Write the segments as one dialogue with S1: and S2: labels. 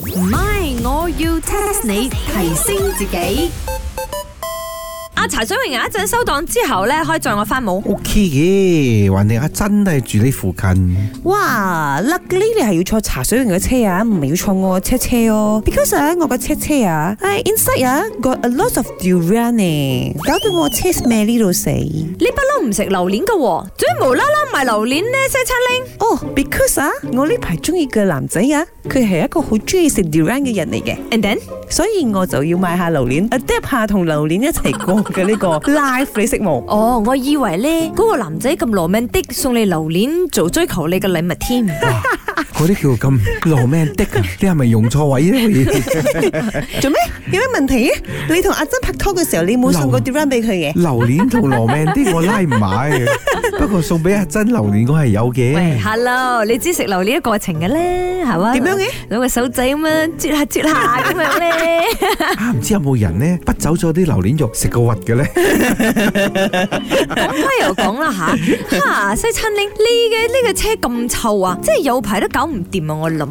S1: 唔係，我要 test 你提升自己。
S2: 阿茶水榮啊，一陣收檔之後咧，可以載我翻舞。
S3: O K 嘅，橫掂阿珍都係住呢附 近。
S4: 哇，luckily 你係要坐茶水人嘅車啊，唔係要坐我嘅車車哦。Because 啊，我嘅車車啊，係 inside 啊，got a lot of durian 呢，搞到我車咩呢度死。
S2: 你不嬲唔食榴蓮嘅喎，點解無啦啦賣榴蓮呢？西餐拎
S4: 哦，because 啊，我呢排中意嘅男仔啊，佢係一個好中意食 durian 嘅人嚟嘅，
S2: ，and then
S4: 所以我就要買下榴蓮，adapt 下同榴蓮一齊過嘅呢個 life，你識冇？
S2: 哦，我以為咧嗰、個男仔咁羅命的送你榴蓮做追求你嘅禮物添。
S3: 哇，嗰啲叫咁 romantic 啊！你係咪用錯位咧？
S4: 做咩？有咩問題啊？你同阿珍拍拖嘅時候，你冇送過 durian 俾佢嘅？
S3: 榴蓮同 romantic 我拉唔 埋嘅，不過送俾阿珍榴蓮我係有
S2: 喂
S3: 嘅。
S2: ，hello，你知食榴蓮嘅過程嘅咧，係嘛？
S4: 點樣嘅？
S2: 攞個手仔咁樣啜下啜下咁樣咧。
S3: 啊，唔知有冇人咧，不走咗啲榴蓮肉食個核嘅 咧？
S2: 講開啊又講啦 吓，哈西餐拎你嘅呢個車咁臭啊，即係有排都搞唔掂啊！我諗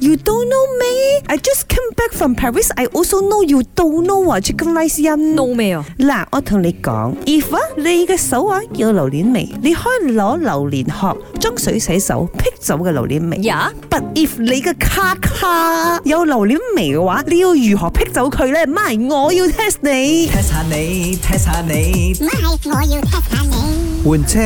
S4: You don't know me. I just came back from Paris. I also know you don't know 啊，chicken rice 因。
S2: no 咩啊？
S4: 嗱，我同你講，if 啊你嘅手啊有榴蓮味，你可以攞榴蓮殼裝水洗手，辟走嘅榴蓮味。
S2: 呀
S4: But if 你嘅卡卡有榴蓮味嘅話，你要如何辟走佢咧？媽，我要 test 你。
S5: test 下你，test 下你
S6: 咪，我要 test 下你。
S3: 換車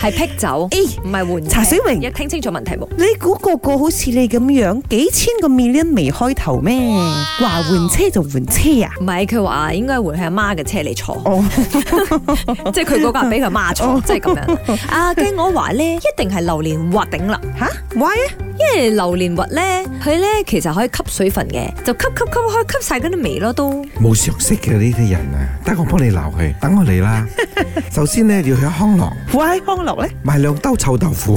S2: 係劈酒，
S4: 哎
S2: 唔係換
S4: 茶水榮
S2: 一聽清楚問題目。
S4: 你估個個好似你咁樣幾千個 million 未開頭咩？話換車就換車啊！
S2: 唔係，佢話應該換佢阿媽嘅車嚟 坐，
S4: 哦。
S2: 即係佢嗰架俾佢阿媽坐，即係咁樣。啊，計我話咧，一定係榴蓮核頂啦，
S4: 吓？Why 啊？
S2: 因為榴蓮核咧，佢咧其實可以吸水分嘅，就吸吸吸可以吸晒嗰啲味咯都。
S3: 冇常識嘅呢啲人啊，得我幫你鬧佢，等我嚟 啦。首先咧要去康樂
S4: Why 康樂咧？
S3: 買兩兜臭豆 腐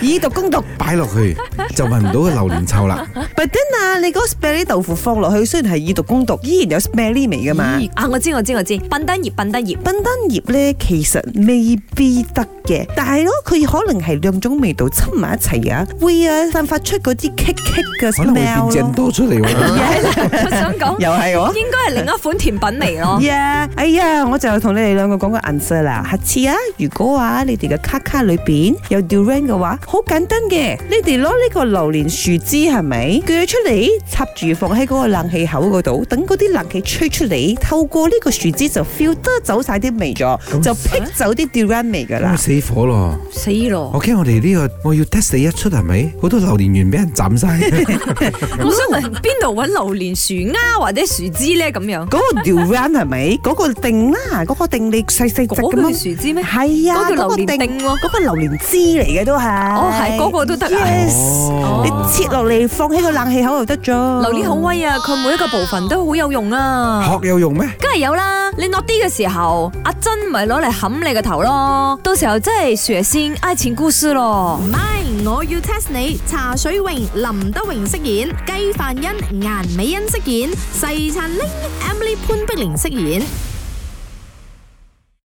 S4: 以毒攻毒。
S3: 擺落去，就聞唔到個榴蓮臭 啦。
S4: But then 啊，你嗰個 smelly 豆腐放落去，雖然係以毒攻毒，依然有 smelly 味噶嘛。
S2: 咦啊，我知我知我知，笨登葉笨登 葉。
S4: 笨登葉咧，其實未必得嘅，但係咯，佢可能係兩種味道摻埋一齊啊，會啊散發出嗰啲棘棘嘅
S3: 可能會變
S4: smell
S3: 正
S4: 咯。
S3: 多出嚟喎。
S2: 我想講。
S4: 又係我。
S2: 應該係另一款甜品嚟 咯。
S4: 呀，哎呀，我就同你哋兩個講個 answer 啦。下次啊，如果啊你哋嘅卡卡裏邊有 durian 嘅話，好簡單嘅，你哋攞呢個榴蓮樹枝係咪鋸出嚟，插住放喺嗰個冷氣口嗰度，等嗰啲冷氣吹出嚟，透過呢個樹枝就 filter 走晒啲味
S2: 哦
S4: 咗，就辟走啲 durian 味㗎啦
S3: 咁。死火咯！
S2: 死咯！
S3: 我驚我哋呢、個我要 test 你一出係咪？好多榴蓮園俾人斬晒，
S4: 哦
S2: 我想問邊度揾榴蓮樹丫啊或者樹枝咧咁樣？
S4: 嗰個 durian 係咪？嗰個定啦，嗰個定你細細隻
S2: 嗰
S4: 咁
S2: 個叫
S4: 樣。
S2: 樹枝咩？
S4: 係啊，
S2: 嗰個
S4: 嗰
S2: 榴蓮
S4: 個定
S2: 丁喎
S4: 嗰個榴蓮枝嚟嘅都係。
S2: 哦係嗰個都得啊
S4: Yes
S3: 哦
S4: 你切落嚟放喺個冷氣口就得咗。
S2: 榴蓮好威啊！佢每一個部分都好有用啊！
S3: 學有用咩？
S2: 梗係有啦！你落啲嘅時候，阿珍咪攞嚟冚你個頭咯，到時候真係蛇仙愛情故事咯
S1: 唔。係，我要 test 你。茶水榮、林德榮飾演，雞范欣、顏美欣飾演，細陳玲、Emily 潘碧玲飾演。